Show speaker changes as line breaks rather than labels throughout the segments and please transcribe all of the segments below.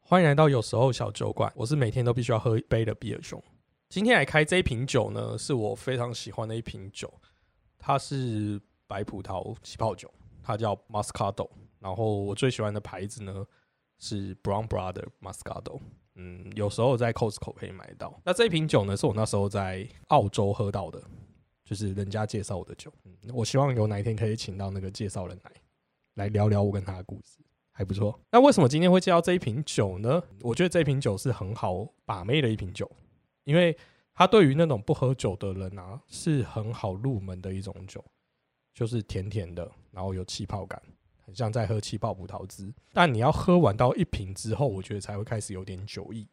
欢迎来到有时候小酒馆，我是每天都必须要喝一杯的比尔熊。今天来开这一瓶酒呢，是我非常喜欢的一瓶酒，它是白葡萄起泡酒，它叫 Moscato。然后我最喜欢的牌子呢是 Brown Brother Moscato。嗯，有时候在 Costco 可以买到。那这一瓶酒呢，是我那时候在澳洲喝到的，就是人家介绍我的酒。嗯，我希望有哪一天可以请到那个介绍人来，来聊聊我跟他的故事。还不错。那为什么今天会介绍这一瓶酒呢？我觉得这一瓶酒是很好把妹的一瓶酒，因为它对于那种不喝酒的人啊，是很好入门的一种酒，就是甜甜的，然后有气泡感，很像在喝气泡葡萄汁。但你要喝完到一瓶之后，我觉得才会开始有点酒意。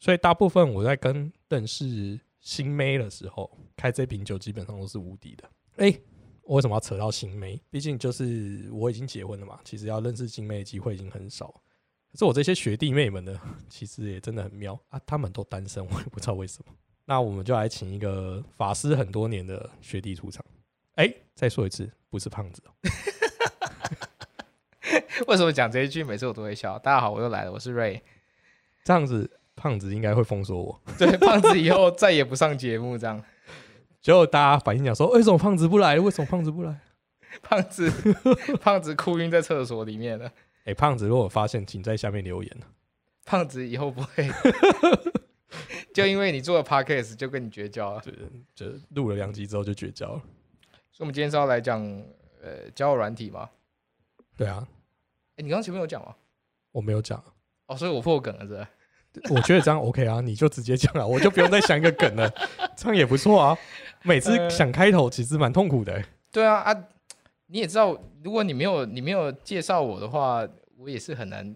所以大部分我在跟认识新妹的时候，开这瓶酒基本上都是无敌的。哎、我为什么要扯到新妹？毕竟就是我已经结婚了嘛，其实要认识新妹的机会已经很少。可是我这些学弟妹们呢，其实也真的很妙啊，他们都单身，我也不知道为什么。那我们就来请一个法师很多年的学弟出场。哎、再说一次，不是胖子哦，
为什么讲这一句，每次我都会笑？大家好，我又来了，我是 Ray。
这样子胖子应该会封锁我。
对，胖子以后再也不上节目，这样。
结果大家反应讲说，哎为什么胖子不来？为什么胖子不来？
胖子， 胖子哭晕在厕所里面了。
哎、胖子，如果发现，请在下面留言。
胖子以后不会， 就因为你做了 podcast 就跟你绝交了。所
就录了两集之后就绝交了。
以我们今天是要来讲呃交友软体吗？
对啊，
哎，你刚刚前面有讲吗？
我没有讲。
哦，所以我破梗了，是吧？
我觉得这样 OK 啊，你就直接讲啊，我就不用再想一个梗了，这样也不错啊。每
呃
次想开头其实蛮痛苦的欸、
对啊啊，你也知道，如果你没有你没有介绍我的话，我也是很难。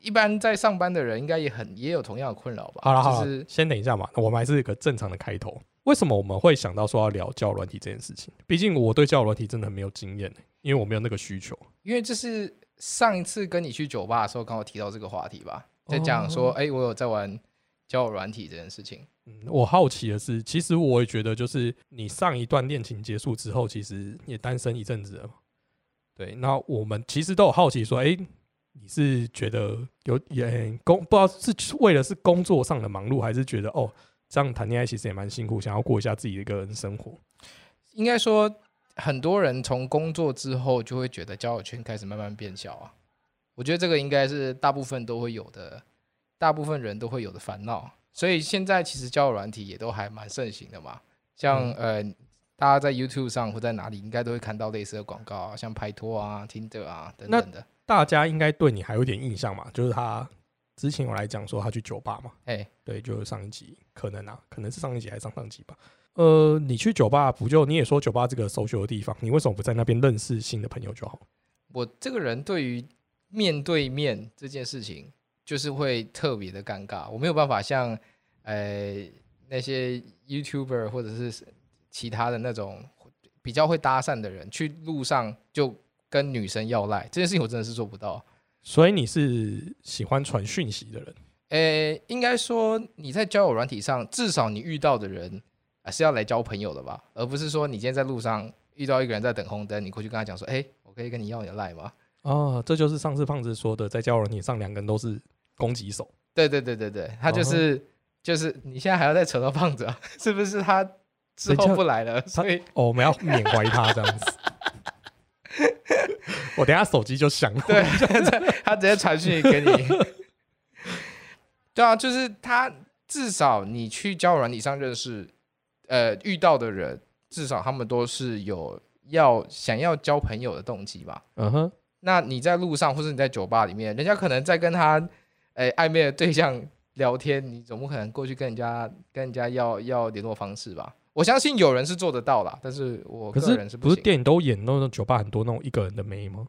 一般在上班的人应该也很也有同样的困扰吧？
好了好了，
就是
先等一下嘛，我们还是一个正常的开头。为什么我们会想到说要聊教软体这件事情？毕竟我对教软体真的很没有经验欸、因为我没有那个需求。
因为这是上一次跟你去酒吧的时候，刚好提到这个话题吧，在讲说，哎、我有在玩交友软体这件事情。
嗯，我好奇的是，其实我也觉得，就是你上一段恋情结束之后，其实也单身一阵子了嘛。对，那我们其实都有好奇说，哎、你是觉得有也工不知道是为了是工作上的忙碌，还是觉得哦这样谈恋爱其实也蛮辛苦，想要过一下自己的个人生活？
应该说，很多人从工作之后就会觉得交友圈开始慢慢变小啊。我觉得这个应该是大部分都会有的，大部分人都会有的烦恼。所以现在其实交友软体也都还蛮盛行的嘛，像、呃，大家在 YouTube 上或在哪里应该都会看到类似的广告啊，像拍拖啊、Tinder 啊等等的。
大家应该对你还有点印象嘛，就是他之前有来讲说他去酒吧嘛，
哎，
对，就是上一集，可能啊，可能是上一集还是上上集吧。呃，你去酒吧不就你也说酒吧这个 social 的地方，你为什么不在那边认识新的朋友就好？
我这个人对于面对面这件事情，就是会特别的尴尬，我没有办法像呃那些 YouTuber 或者是其他的那种比较会搭讪的人，去路上就跟女生要赖，这件事情我真的是做不到。
所以你是喜欢传讯息的人，
呃，应该说你在交友软体上，至少你遇到的人啊是要来交朋友的吧，而不是说你今天在路上遇到一个人在等红灯，你过去跟他讲说，哎，我可以跟你要你的赖吗？
哦，这就是上次胖子说的，在交友软体上两个人都是攻击手。
对对对对对，他就
嗯哼
是、就是你现在还要再扯到胖子啊？ 是不是他之
等一下
后不来了？所以
哦，我们要缅怀他这 样子。我等一下手机就响了。
对，他直接传讯给 你。对啊，就是他至少你去交友软体上认识，呃，遇到的人至少他们都是有要想要交朋友的动机吧。
嗯哼，
那你在路上或者你在酒吧里面，人家可能在跟他诶、暧昧的对象聊天，你总不可能过去跟人家跟人家要要联络方式吧？我相信有人是做得到啦，但是我
可
个人
是
是
不
行
是电影都演那种酒吧很多那种一个人的妹吗？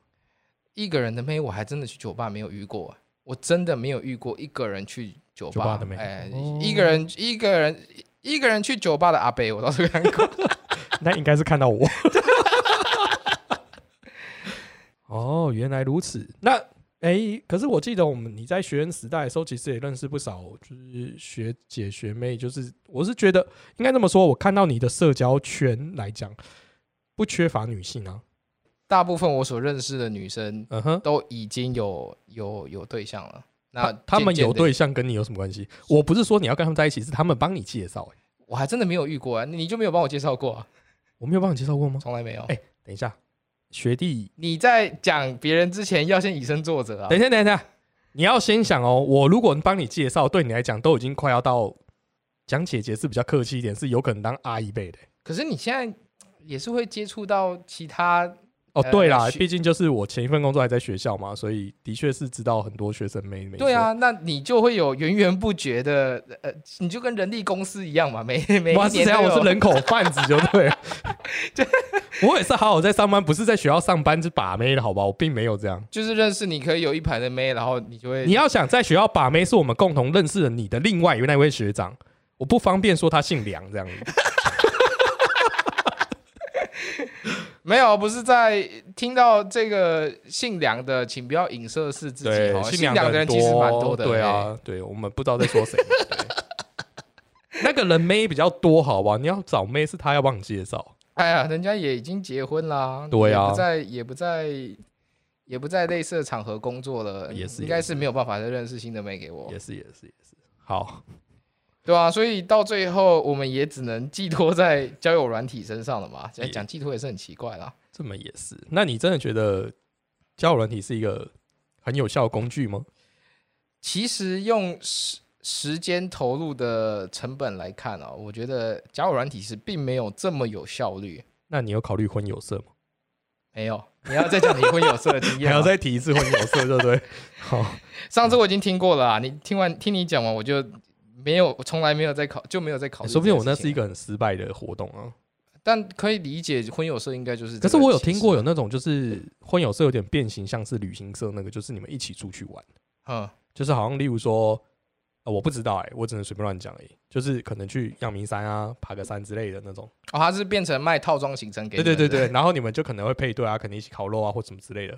一个人的妹，我还真的去酒吧没有遇过、我真的没有遇过一个人去酒
酒吧的妹
哎、
哦
一个人一个人一个人去酒吧的阿贝，我倒是看过。
那应该是看到我。 哦，原来如此。那哎、诶可是我记得我们你在学生时代的时候，其实也认识不少，就是学姐学妹。就是我是觉得应该这么说，我看到你的社交圈来讲，不缺乏女性啊。
大部分我所认识的女生
嗯哼，
都已经有有有对象了，那
他他们
渐渐
有
地
对象跟你有什么关系？我不是说你要跟他们在一起，是他们帮你介绍、欸。
我还真的没有遇过啊，你你就没有帮我介绍过、啊，
我没有帮你介绍过吗？
从来没有。
哎等一下，学弟，
你在讲别人之前要先以身作则啊
等！一下，等一下，你要先想哦。我如果帮你介绍，对你来讲都已经快要到讲姐姐是比较客气一点，是有可能当阿姨辈的欸、
可是你现在也是会接触到其他，
哦，
呃
对啦，
学
毕竟就是我前一份工作还在学校嘛，所以的确是知道很多学生妹妹。
对，啊，那你就会有源源不绝的，呃，你就跟人力公司一样嘛， 每每
哇，
一
是这
年
样，
都
我是
有。
人口贩子就对 了。 我也是好好在上班，不是在学校上班就把妹的好吧？我并没有这样。
就是认识你可以有一排的妹，然后你就会
你要想在学校把妹，是我们共同认识的你的另外一位那位学长，我不方便说他姓梁这样子。
没有，哦不是在听到这个姓梁的，请不要影射是自己哦。姓
姓梁
的人其实蛮多的，
对啊，对我们不知道在说谁。对 那个人妹比较多，好吧？你要找妹是他要帮你介绍，
哎。哎呀，人家也已经结婚啦，
对啊
也不在也不在也不在类似的场合工作了，
也是
应该
也
是没有办法再认识新的妹给我，
也是也是也是。好，
对啊，所以到最后我们也只能寄托在交友软体身上了嘛。
也
讲寄托也是很奇怪啦。
这么也是。那你真的觉得交友软体是一个很有效的工具吗？
其实用时时间投入的成本来看啊、我觉得交友软体是并没有这么有效率。
那你有考虑婚友社吗？
没有，你要再讲你婚友社的经 验
还
吗。
要再提一次婚友社，对不对？ 好，
上次我已经听过了啊，你听完听你讲完，我就没有，我从来没有再考，就没有再考虑、
哎说不定我那是一
个，
个很失败的活动啊。
啊但可以理解婚友社应该就是。
可是我有
啊
听过，有那种就是婚友社有点变形，像是旅行社那个，就是你们一起出去玩，
嗯，
就是好像例如说，呃、我不知道哎、我只能随便乱讲而已，就是可能去阳明山啊，爬个山之类的那种。
哦，它是变成卖套装行程给
对
你
对
们
对
的
对，然后你们就可能会配对啊，可能一起烤肉啊或什么之类的，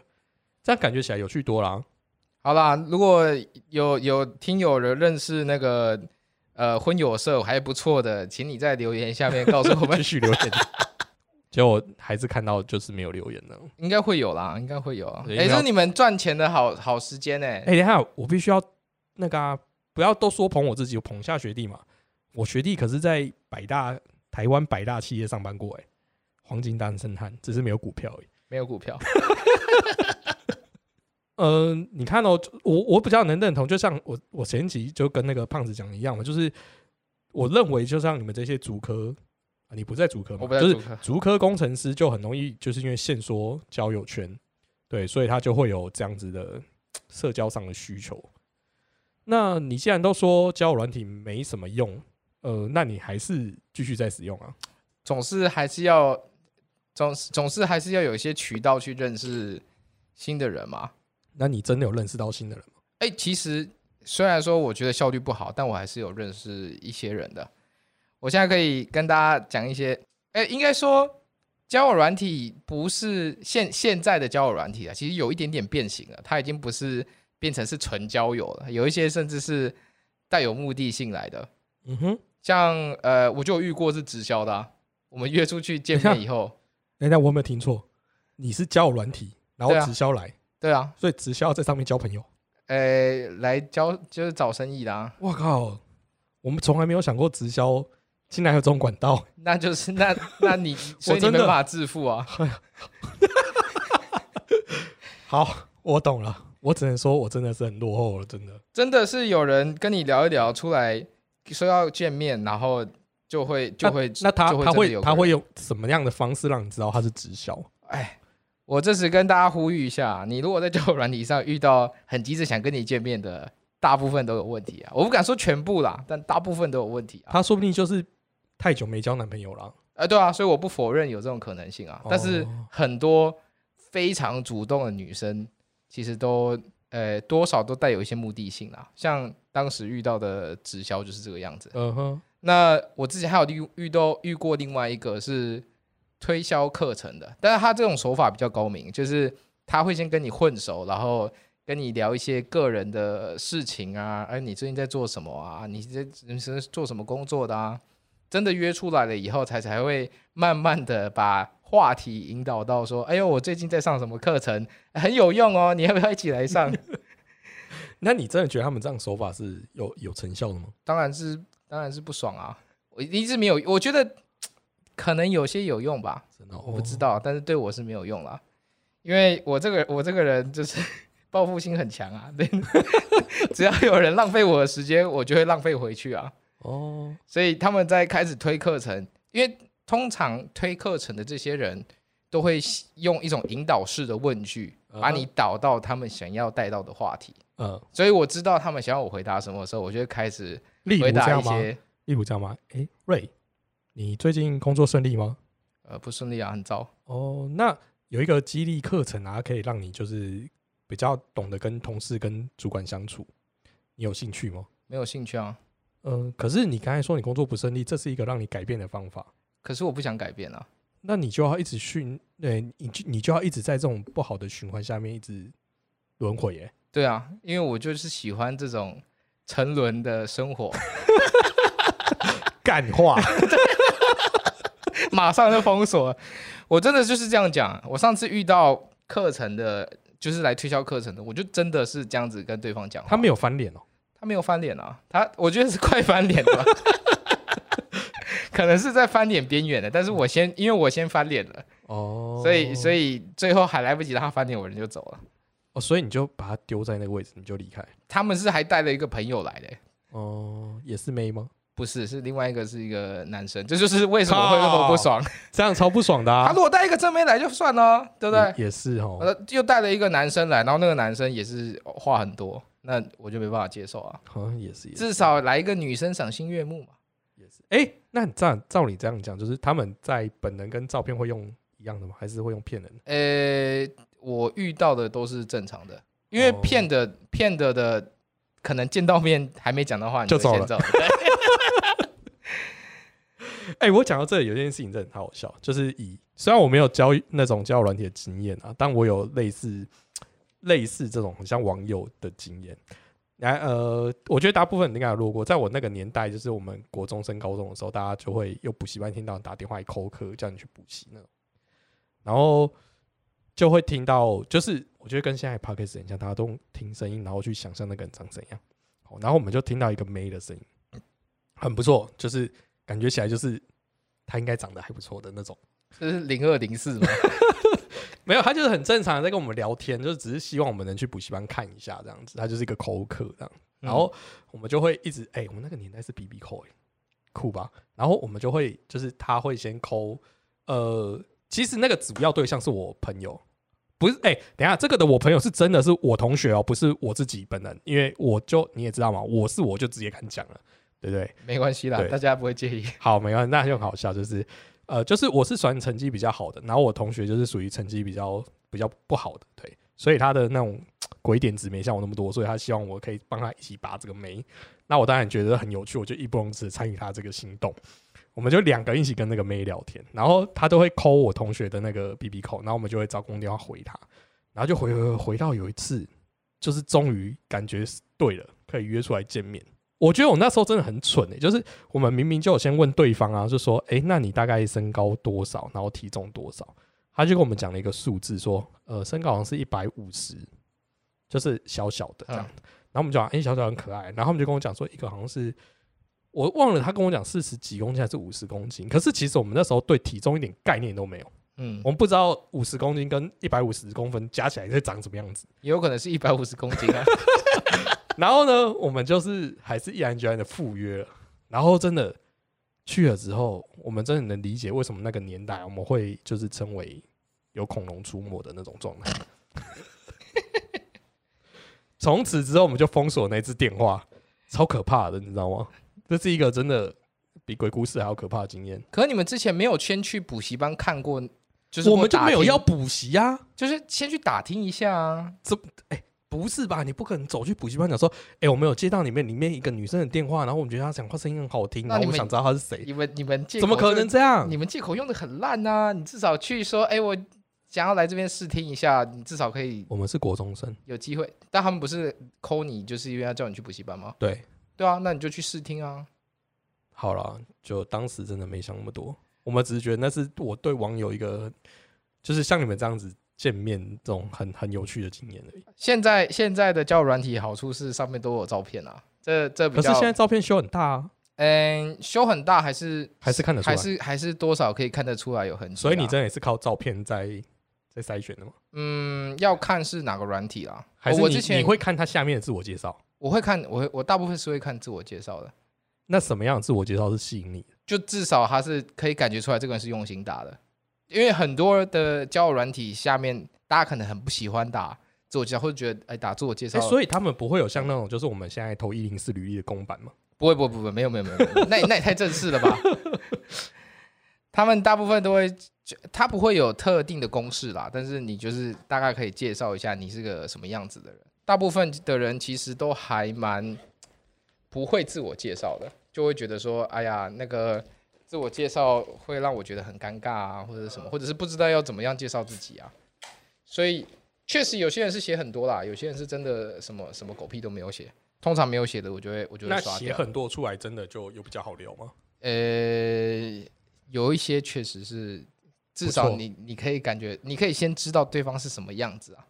这样感觉起来有趣多啊啦。
好啦，如果有有听友人认识那个呃婚友社还不错的，请你在留言下面告诉我们
继，续留言，结果还是看到就是没有留言呢。
应该会有啦，应该会有啊。
对
哎、
应该
这是你们赚钱的好好时间呢、
哎、等一下，我必须要那个啊，不要都说捧我自己，我捧一下学弟嘛。我学弟可是在百大台湾百大企业上班过、哎，黄金单身汉，只是没有股票而已。
没有股票，
呃，你看哦，就我我比较能认同，就像我我前集就跟那个胖子讲的一样嘛，就是我认为就像你们这些主科，啊、你不在主科嘛，
我不在
就是
主科。
足科工程师就很容易，就是因为限缩交友圈，对，所以他就会有这样子的嘖社交上的需求。那你既然都说交友软体没什么用，呃，那你还是继续在使用啊？
总是还是要总总是还是要有一些渠道去认识新的人嘛。
那你真的有认识到新的人吗？
哎、其实虽然说我觉得效率不好，但我还是有认识一些人的。我现在可以跟大家讲一些，哎、应该说交友软体不是现现在的交友软体了，啊其实有一点点变形了，它已经不是变成是纯交友了，有一些甚至是带有目的性来的。
嗯哼，
像呃，我就有遇过是直销的、啊，我们约出去见
等一
面
下
以后，
哎、那我有没有听错？你是交友软体，然后
对啊
直销来，
对啊，
所以直销在上面交朋友。
呃，来交就是找生意的、啊，
我靠，我们从来没有想过直销竟然有这种管道。
那就 是那那你所以你
真
没
的
办法致富啊。
好，我懂了，我只能说我真的是很落后了，真的。
真的是有人跟你聊一聊出来，说要见面，然后就会就会，
那他
就会
他
真的
会
有
他
个
会用什么样的方式让你知道他是直销？
哎，我这时跟大家呼吁一下，啊你如果在交友软体上遇到很急着想跟你见面的，大部分都有问题啊。我不敢说全部啦，但大部分都有问题啊。
他说不定就是太久没交男朋友了。
呃，对啊，所以我不否认有这种可能性啊，但是
哦
很多非常主动的女生，其实都呃多少都带有一些目的性啦。像当时遇到的直销就是这个样子。
嗯哼，
那我之前还有遇遇到遇过另外一个是推销课程的，但是他这种手法比较高明，就是他会先跟你混熟，然后跟你聊一些个人的事情啊，哎，你最近在做什么啊？你这你是做什么工作的啊？真的约出来了以后，才才会慢慢的把话题引导到说，哎呦，我最近在上什么课程，很有用哦，你要不要一起来上？
那你真的觉得他们这样手法是有有成效的吗？
当然是当然是不爽啊！我一直没有，我觉得可能有些有用吧，
真的哦，
我不知道，但是对我是没有用啦，因为我这个我这个人就是 报复心很强啊， 对，只要有人浪费我的时间，我就会浪费回去啊。
哦，
所以他们在开始推课程，因为通常推课程的这些人都会用一种引导式的问句，把
嗯哼
你导到他们想要带到的话题。
嗯，
所以我知道他们想要我回答什么的时候，我就会开始
例如
回
这
答
样
一
吗？
些
例如这样吗？诶，瑞，你最近工作顺利吗？
呃不顺利啊，很糟。
哦，那有一个激励课程啊，可以让你就是比较懂得跟同事、跟主管相处，你有兴趣吗？
没有兴趣啊。
嗯、可是你刚才说你工作不顺利，这是一个让你改变的方法，
可是我不想改变啊，
那你就要一直训，对，你就你就要一直在这种不好的循环下面一直轮回耶。
对啊，因为我就是喜欢这种沉沦的生活，
干话，
马上就封锁。我真的就是这样讲。啊我上次遇到课程的，就是来推销课程的，我就真的是这样子跟对方讲话。
他没有翻脸哦。
他没有翻脸啊，他我觉得是快翻脸了， 可能是在翻脸边缘的。但是我先，因为我先翻脸了，
哦
所以所
以、
以最后还来不及让他翻脸，我人就走了。
哦、所以你就把他丢在那个位置，你就离开。
他们是还带了一个朋友来的、
哦，也是妹吗？
不是，是另外一个是一个男生，这就是为什么会那么不爽。
这样超不爽的、啊。
他如果带一个正妹来就算了，对不对？
也也是哦。
呃，又带了一个男生来，然后那个男生也是话很多，那我就没办法接受啊。
好像也是，也是
至少来一个女生赏心悦目嘛。
也是。哎、那你这样照你这样讲，就是他们在本人跟照片会用一样的吗？还是会用骗人的？
呃，我遇到的都是正常的，因为
哦
骗的骗的的，可能见到面还没讲到话你
就
先
走了
走
哎、我讲到这里有一件事情真的很好笑，就是以虽然我没有交友那种交友软体的经验啊，但我有类似类似这种很像网友的经验。来，呃，我觉得大部分人应该有路过，在我那个年代，就是我们国中升高中的时候，大家就会有补习班听到打电话来扣课，叫你去补习那种，然后就会听到，就是我觉得跟现在 p o d c a s t 很像，大家都听声音，然后去想象那个人长怎样。好然后我们就听到一个妹的声音，很不错，就是感觉起来就是他应该长得还不错的那种。
这是零二零四嘛？
没有，他就是很正常的在跟我们聊天，就是只是希望我们能去补习班看一下这样子。他就是一个口渴这样，然后我们就会一直哎、我们那个年代是 B B 扣哎，酷吧？然后我们就会就是他会先抠，呃，其实那个主要对象是我朋友。不是，哎、等一下，这个的我朋友是真的是我同学哦，不是我自己本人，因为我就你也知道嘛，我是我就直接敢讲了，对不对？
没关系啦，
对
大家不会介意。
好，没关系，那就很好笑，就是呃，就是我是算成绩比较好的，然后我同学就是属于成绩比较比较不好的，对，所以他的那种鬼点子没像我那么多，所以他希望我可以帮他一起拔这个眉。那我当然觉得很有趣，我就义不容辞地参与他这个行动。我们就两个人一起跟那个妹聊天，然后他都会抠我同学的那个 B B 扣，然后我们就会找公电话回他，然后就回回回到有一次，就是终于感觉是对了，可以约出来见面。我觉得我那时候真的很蠢诶、就是我们明明就有先问对方啊，就说，诶，那你大概身高多少，然后体重多少？他就跟我们讲了一个数字，说，呃，身高好像是一百五十，就是小小的这样。然后我们就讲，诶，小小很可爱。然后他们就跟我讲说，一个好像是我忘了，他跟我讲四十几公斤还是五十公斤。可是其实我们那时候对体重一点概念都没有，
嗯
我，们不知道五十公斤跟一百五十公分加起来是长什么样子。
也有可能是一百五十公斤啊。
然后呢，我们就是还是毅然决然的赴约了。然后真的去了之后，我们真的能理解为什么那个年代我们会就是称为有恐龙出没的那种状态。从此之后，我们就封锁那只电话，超可怕的，你知道吗？这是一个真的比鬼故事还要可怕的经验。
可是你们之前没有先去补习班看过，就是
我
或
们就
打
没有
听
要，补习啊，
就是先去打听一下啊。
不是吧？你不可能走去补习班讲说，哎、我们有接到里面里面一个女生的电话，然后我们觉得她讲话声音很好听，
那
然后
你
我
们
想知道她是谁，
你们你们借
怎么
口
可
就
能这样？
你们借口用的很烂呐、你至少去说，哎、我想要来这边试听一下，你至少可以
我们是国中生，
有机会。但他们不是抠你，就是因为要叫你去补习班吗？
对，
对啊，那你就去试听啊。
好了，就当时真的没想那么多，我们只是觉得那是我对网友一个，就是像你们这样子见面这种很很有趣的经验而已。
现在现在的交友软体好处是上面都有照片啊，这这比
可是
较
现在照片修很大啊，
嗯修很大还是
还是看得出来
还是还是多少可以看得出来有痕迹啊、
所以你真的也是靠照片在在筛选的吗？
嗯要看是哪个软体啦，哦
还是
我
你
之前
你会看他下面的自我介绍？
我会看我会我大部分是会看自我介绍的，
那什么样的自我介绍是吸引你的？
就至少他是可以感觉出来这个人是用心打的，因为很多的交友软体下面大家可能很不喜欢打自我介绍，或者觉得哎打自我介绍、
哎、所以他们不会有像那种就是我们现在投一零四履历的公版吗？
不会，不会，不会，没有，没有，没有，没有那那也太正式了吧？他们大部分都会，他不会有特定的公式啦，但是你就是大概可以介绍一下你是个什么样子的人。大部分的人其实都还蛮不会自我介绍的，就会觉得说，哎呀，那个自我介绍会让我觉得很尴尬啊，或者是什么，或者是不知道要怎么样介绍自己啊。所以确实有些人是写很多啦，有些人是真的什么什么狗屁都没有写。通常没有写的，我就会我就会
那
刷
写
掉。
很多出来真的就有比较好聊吗？
呃，有一些确实是，至
不
少
错
你你可以感觉，你可以先知道对方是什么样子啊。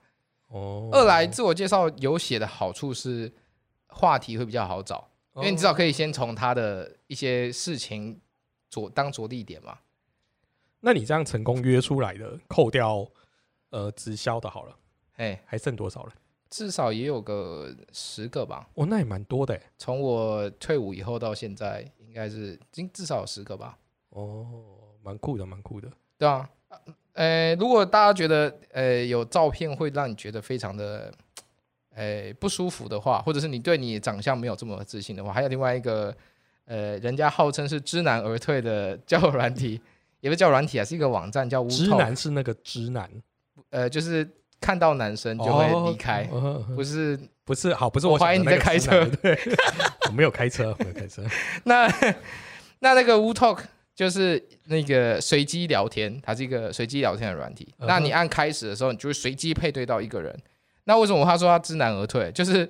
哦，
二来，自我介绍有写的好处是，话题会比较好找，
哦
因为你至少可以先从他的一些事情着当着力点嘛。
那你这样成功约出来的，扣掉呃直销的好了，
哎，
还剩多少人？
至少也有个十个吧。
哦，那也蛮多的欸。
从我退伍以后到现在，应该是至至少有十个吧。
哦，蛮酷的，蛮酷的。
对啊，呃，如果大家觉得呃有照片会让你觉得非常的呃不舒服的话，或者是你对你长相没有这么自信的话，还有另外一个呃，人家号称是知难而退的交友软体， 也不是交友软体啊，是一个网站叫乌
直
透，
男是那个直男，
呃，就是看到男生就会离开，
哦
不是
不是好，不是
哎我
我想
怀疑
的
你
那
在
个
开
直男对不对， 我没有开车，我没有开车。
那 那那个 Wu Talk 就是那个随机聊天，它是一个随机聊天的软体。
嗯哼
那你按开始的时候，你就会随机配对到一个人。那为什么他说他知难而退？ 就是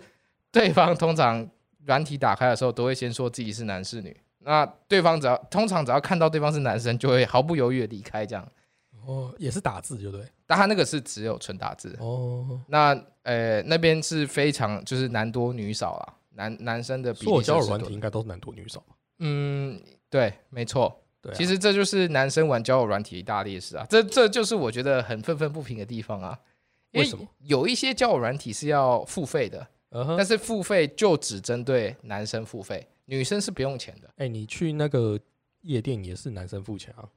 对方通常软体打开的时候，都会先说自己是男是女。那对方只要通常只要看到对方是男生，就会毫不犹豫的离开。这样，
哦，也是打字，对不对？
但他那个是只有纯打字。
哦，
那呃那边是非常就是男多女少啦，男男生的比
所以我
例
交友
是
软
多
体应该都是男多女少吧。
嗯，对，没错。
对啊
其实这就是男生玩交友软体的一大劣势啊，这这就是我觉得很愤愤不平的地方啊。因
为什么？
有一些交友软体是要付费的，
嗯哼
但是付费就只针对男生付费，女生是不用钱的。
哎、你去那个夜店也是男生付钱啊？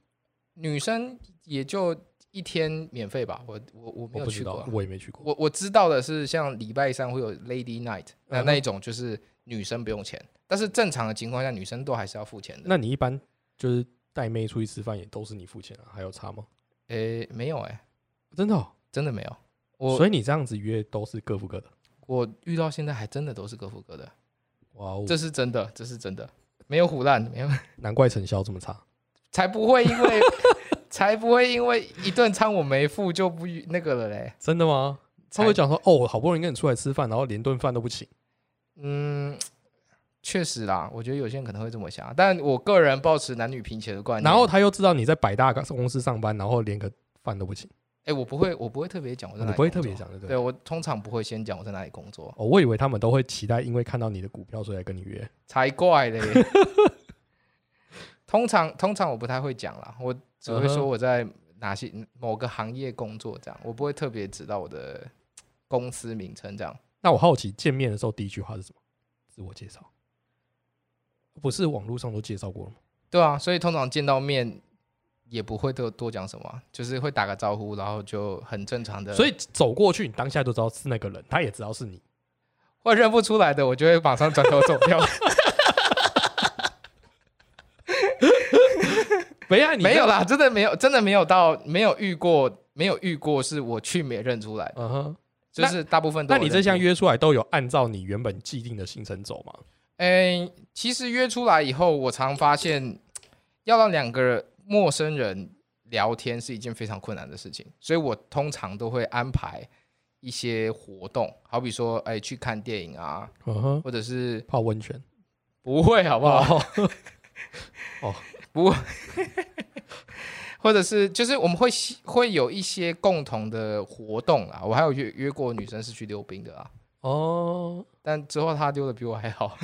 女生也就一天免费吧，我我我没
我
有
不知
去
道
过，。啊
我也没去过。
我我知道的是，像礼拜三会有 Lady Night，
嗯
那
哼
那一种就是女生不用钱，但是正常的情况下，女生都还是要付钱的。
那你一般就是带妹出去吃饭也都是你付钱啊？还有差吗？
诶，没有诶，
真的、哦，
真的没有。我
所以你这样子约都是各付各的。
我遇到现在还真的都是各付各的，
哇哦，
这是真的，这是真的，没有胡乱，没有，
难怪成效这么差。
才不会因为 才不会因为一顿餐我没付就不与那个了嘞。
真的吗？他
才
会讲说哦，好不容易跟你出来吃饭，然后连顿饭都不请。
嗯，确实啦，我觉得有些人可能会这么想，啊但我个人抱持男女平权的观念。
然后，他又知道你在百大公司上班，然后连个饭都不请。
哎，我不会，我不会特别讲我在
你
哪里，
不会特别，讲的，对不
对
对？
我通常不会先讲我在哪里工作，
哦，我以为他们都会期待，因为看到你的股票，所以来跟你约。
才 怪嘞。通常通常我不太会讲啦，我只会
嗯
说
哼
我在哪些某个行业工作这样，我不会特别指到我的公司名称这样。
那我好奇，见面的时候第一句话是什么？自我介绍，不是网络上都介绍过了吗？
对啊，所以通常见到面也不会多多讲什么啊，就是会打个招呼，然后就很正常的。
所
以
以走过去，你当下就知道是那个人，他也知道是你。
我认不出来的，我就会马上转头走掉。
没 啊，你
没有
了。
啦，真的没有，真的没有到没有遇过，没有遇过是我去没认出来的，
嗯哼，
就是大部分都
那
有
你这
认出
项约出来都有按照你原本既定的行程走吗？
诶，其实约出来以后，我常发现，要让两个陌生人聊天是一件非常困难的事情，所以我通常都会安排一些活动，好比说，哎，去看电影啊，
嗯哼，
或者是
泡温泉。
哦不会，好不好？
哦，
或者是就是我们会希会有一些共同的活动啊。我还有约约过女生是去溜冰的啊，
哦，
但之后她溜的比我还好，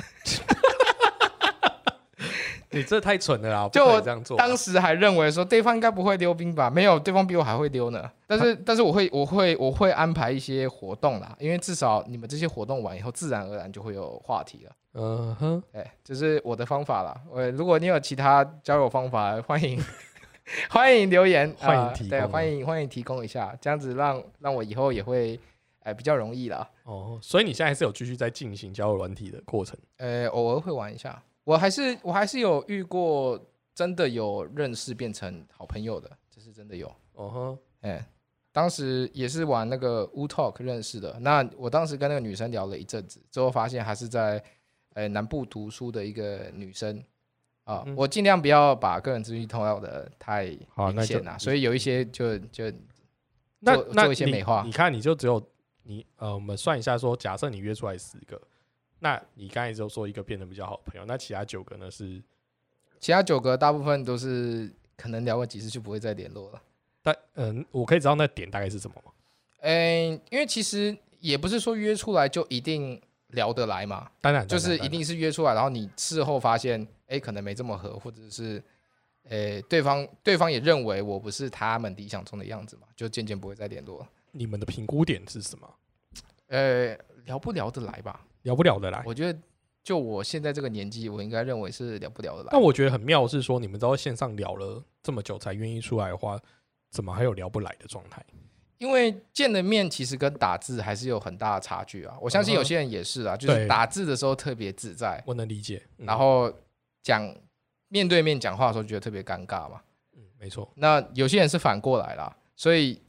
你这太蠢了啦！不
就
可以
我
这样做啊，
当时还认为说对方应该不会溜冰吧，没有，对方比我还会溜呢。但是但是我会我会我会安排一些活动啦，因为至少你们这些活动完以后，自然而然就会有话题了。
嗯哼，
哎，这是我的方法啦。我如果你有其他交友方法，欢迎 欢迎留言，
欢迎
呃
提
对，
供
欢迎欢迎提供一下，这样子让让我以后也会哎比较容易啦。
哦，所以你现在还是有继续在进行交友软体的过程
呃，偶尔会玩一下，我还是我还是有遇过真的有认识变成好朋友的，这是真的有。
哦哼，
哎，当时也是玩那个 U Talk 认识的。那我当时跟那个女生聊了一阵子，之后发现她是在呃南部读书的一个女生啊。
嗯
我尽量不要把个人资讯透露的太
好那
明显
就
啦，所以有一些就就
啊那
做
那
做一些
你
美化
你看，你就只有你呃，我们算一下说，假设你约出来十个，那你刚才只有说一个变得比较好的朋友，那其他九个呢是，
其他九个大部分都是可能聊过几次就不会再联络了。
但嗯、我可以知道那点大概是什么吗？
哎，因为其实也不是说约出来就一定聊得来嘛，
当然，
就是
当然
一，定是约出来，然后你事后发现，哎，可能没这么合，或者是，呃，对方对方也认为我不是他们理想中的样子嘛，就渐渐不会再联络了。
你们的评估点是什么？
呃，聊不聊得来吧？
聊不聊得来？
我觉得就我现在这个年纪，我应该认为是聊不聊得来
但。我觉得很妙的是说，你们都在线上聊了这么久才愿意出来的话，怎么还有聊不来的状态？
因为见了面其实跟打字还是有很大的差距啊。我相信有些人也是啊，就是
对
打字的时候特别自在，
我能理解。嗯
然后讲面对面讲话的时候觉得特别尴尬嘛。
嗯，没错，
那有些人是反过来啦，所以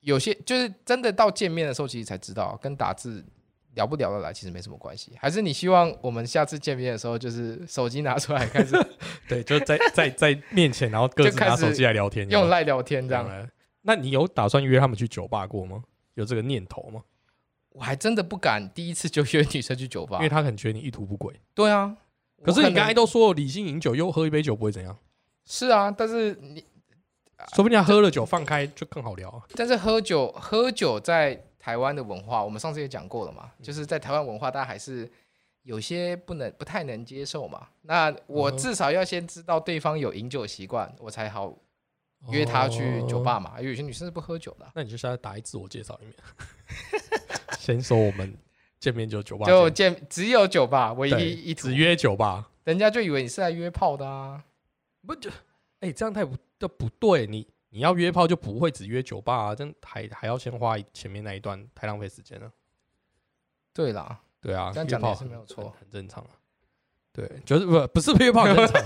有些就是真的到见面的时候，其实才知道跟打字聊不聊得来其实没什么关系。还是你希望我们下次见面的时候，就是手机拿出来开始
对，就在在在面前，然后各自
就开
拿
始
手机来聊天，
用
来
赖聊天这样？
来。那你有打算约他们去酒吧过吗？有这个念头吗？
我还真的不敢第一次就约女生去酒吧
因为，他很觉得你意图不轨。
对啊。
可
我
是你
能
刚才都说理性饮酒，又喝一杯酒不会怎样，
是啊，但是你啊
说不定他喝了酒放开就更好聊啊。
但是喝酒喝酒在台湾的文化，我们上次也讲过了嘛，
嗯
就是在台湾文化，大家还是有些不能不太能接受嘛。那
嗯
我
哼
至少要先知道对方有饮酒习惯，我才好约他去酒
哦。
吧嘛。因为有些女生是不喝酒的啊、
那你就现在打在自我介绍 里面，先说我们见面就酒吧见，
就见只有酒吧，唯
对
一一图
只，约酒吧。
人家就以为你是来约炮的啊。
不就哎、这样太不这不对，你你要约炮就不会只约酒吧啊，这样还还要先花前面那一段，太浪费时间了。
对啦，
对啊，
这样
约
讲
炮
也是
很
没有错
很很正常啊。对，就是不不是约炮很正 常，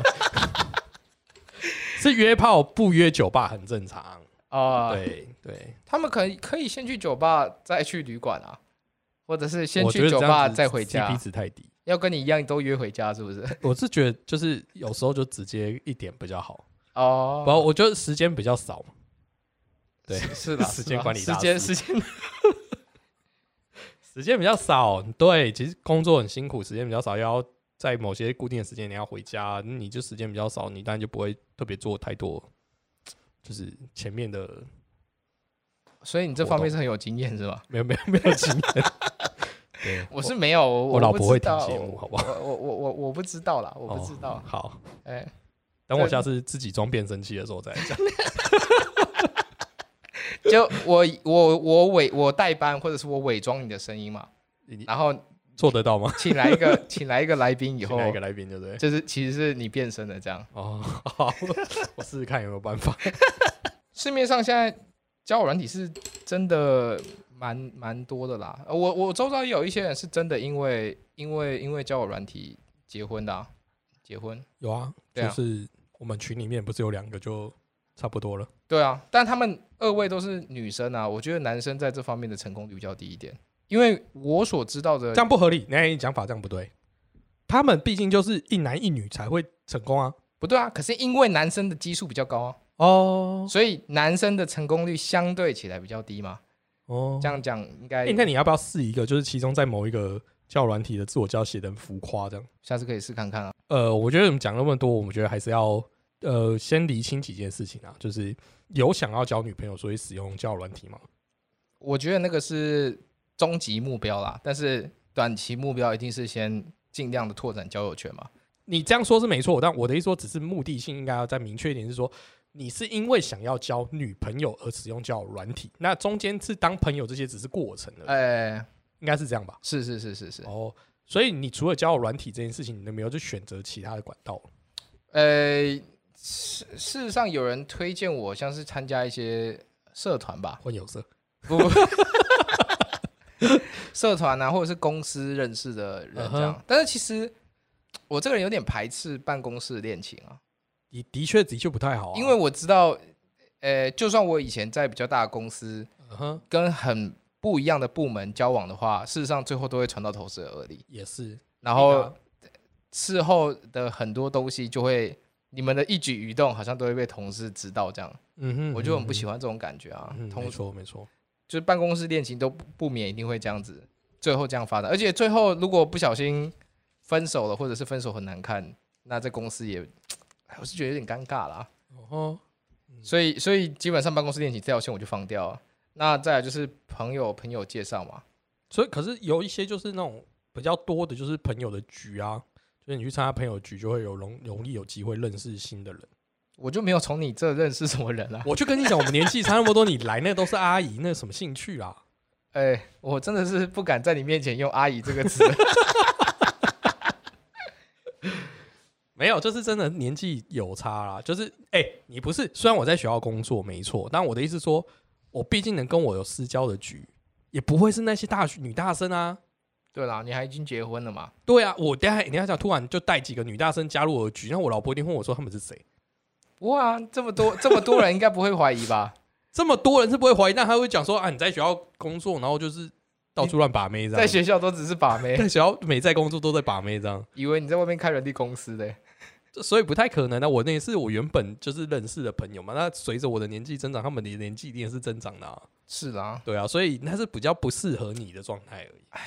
是约炮不约酒吧很正常。
啊、
对对，
他们可以可以先去酒吧，再去旅馆啊，或者是 先
我觉
去
得
酒
这样
吧
子
再回家
CP，值太低。
要跟你一样都约回家是不是？
我是觉得就是有时候就直接一点比较好，
哦
不，，我觉得时间比较少嘛。对
是是的，
时
是
间
啦
管理
时
大
间
师
时间
时间比较少，对，其实工作很辛苦，时间比较少，要在某些固定的时间你要回家，你就时间比较少，你当然就不会特别做太多，就是前面的
所以你这
活
方面是很有经验是吧？
没有没有没有经验。对，
我是没有，我
我老
不
婆
知
会听
道
节目好不
我我我我我不知道啦，我
哦
不知道。
好，
哎，
等我
这
下次自己装变声器的时候再来 讲。
就我我我伪我代班或者是我伪装你的声音嘛，
你
然后
做得到吗？
请来一个请来一个来宾以
请
后，
来一个来宾，对不对？
就是其实是你变身的这样。
哦，好，我试试看有没有办法。
市面上现在交友软体是真的蛮蛮多的啦。呃我我周遭也有一些人是真的因为因为因为交友软体结婚的、啊，结婚。
有啊，
对
就
啊
是我们群里面不是有两个就差不多了。
对啊，但他们二位都是女生啊，我觉得男生在这方面的成功率比较低一点，因为我所知道的
这，样不合理，那你讲法这样不对。他们毕竟就是一男一女才会成功啊。
不对啊，可是因为男生的基数比较高啊，
哦
所以男生的成功率相对起来比较低嘛。
哦，
这样讲应该
哎、那你要不要试一个？就是其中在某一个教软体的自我教写的浮夸这样。
下次可以试看看啊。
呃，我觉得我们讲那么多，我们觉得还是要呃，先厘清几件事情啊，就是有想要交女朋友，所以使用交友软体吗？
我觉得那个是终极目标啦，但是短期目标一定是先尽量的拓展交友圈嘛。
你这样说是没错，但我的意思说，只是目的性应该要再明确一点，是说你是因为想要交女朋友而使用交友软体，那中间是当朋友这些只是过程了，
哎、
应该是这样吧？
是是是是是，
哦，所以你除了交友软体这件事情，你都没有去选择其他的管道了
呃，事事实上有人推荐我，像是参加一些社团吧，
混有色
不不， 社团啊，或者是公司认识的人这样。
嗯
但是其实我这个人有点排斥办公室恋情啊，
你的确的确不太好啊、
因为我知道，呃，就算我以前在比较大的公司，
嗯哼
跟很不一样的部门交往的话，事实上最后都会传到同事的耳里，
也是，啊
然后事后的很多东西就会。你们的一举一动好像都会被同事知道，这样
嗯哼，
我就很不喜
欢。
欢这种感觉啊
嗯，。没
同
错没错，
就是办公室恋情都不不免一定会这样子，最后这样发展。而且最后如果不小心分手了，或者是分手很难看，那在公司也，哎我是觉得有点尴尬啦。
哦
所以，所以基本上办公室恋情这条线我就放掉了。那再来就是朋友朋友介绍嘛，
所以可是有一些就是那种比较多的，就是朋友的局啊，就是你去参加朋友局，就会有容容易有机会认识新的人。
我就没有从你这认识什么人啊啦、
我就跟你讲，我们年纪差那么多，你来那都是阿姨，那有什么兴趣啊啦？
哎、我真的是不敢在你面前用阿姨这个词。
没有，就是真的年纪有差啦。就是哎、你不是虽然我在学校工作没错，但我的意思说，我毕竟能跟我有私交的局，也不会是那些大学女大生啊。
对啦，你还已经结婚了嘛？
对啊，我等一下你要想突然就带几个女大生加入我的局，那我老婆一定问我说他们是谁。
不会啊，这么多这么多人应该不会怀疑吧？
这么多人是不会怀疑，但他会讲说啊，你在学校工作，然后就是到处乱把妹这样。
在学校都只是把妹
在，学校每在工作都在把妹这样，
以为你在外面开人力公司嘞。
这所以不太可能啊的、我那也是我原本就是认识的朋友嘛，那随着我的年纪增长，他们的年纪一定也是增长的、啊，
是啦，
对啊，所以那是比较不适合你的状态而已。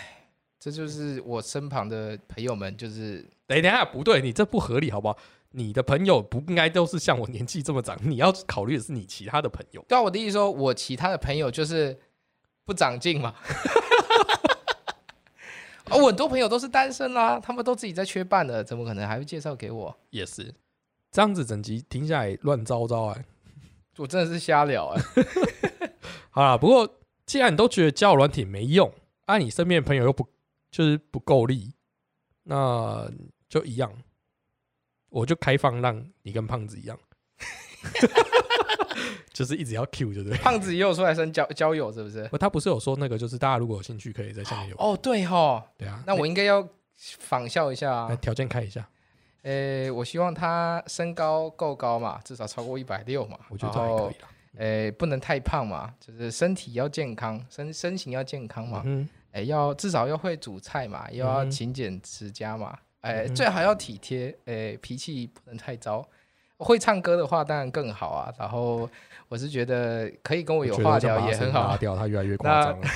这就是我身旁的朋友们，就是
等等一下，不对，你这不合理好不好？你的朋友不应该都是像我年纪这么长，你要考虑的是你其他的朋友。
对啊，我的意思说，我其他的朋友就是不长进嘛。 哦，我很多朋友都是单身啦，他们都自己在缺伴的，怎么可能还会介绍给我？
也是这样子，整集听下来乱糟糟哎、
我真的是瞎聊哎、
好啦，不过既然你都觉得交友软体没用，啊，你身边的朋友又不就是不够力，那就一样，我就开放让你跟胖子一样， 就是一直要 Q，对不对？
胖子也有出来生交交友是不是？
不他不是有说那个，就是大家如果有兴趣，可以在下面留言。
哦，对吼，
对啊，
那我应该要仿效一下
来
啊。
条件开一下，哎
诶，我希望他身高够高嘛，至少超过一百六嘛。
我觉得
然
这还
后
可以啦。
诶，不能太胖嘛，就是身体要健康，身身形要健康嘛，
嗯，
诶，哎要至少要会煮菜嘛，又要
嗯哼
勤俭持家嘛，诶，
嗯哼
最好要体贴，诶，脾气不能太糟。会唱歌的话当然更好啊，然后我是觉得可以跟我有
觉得
话
就把
聊
他
也
声
很
音
好
拉
啊，
掉，他越来越夸张了。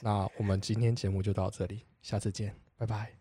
那我们今天节目就到这里，下次见，拜拜。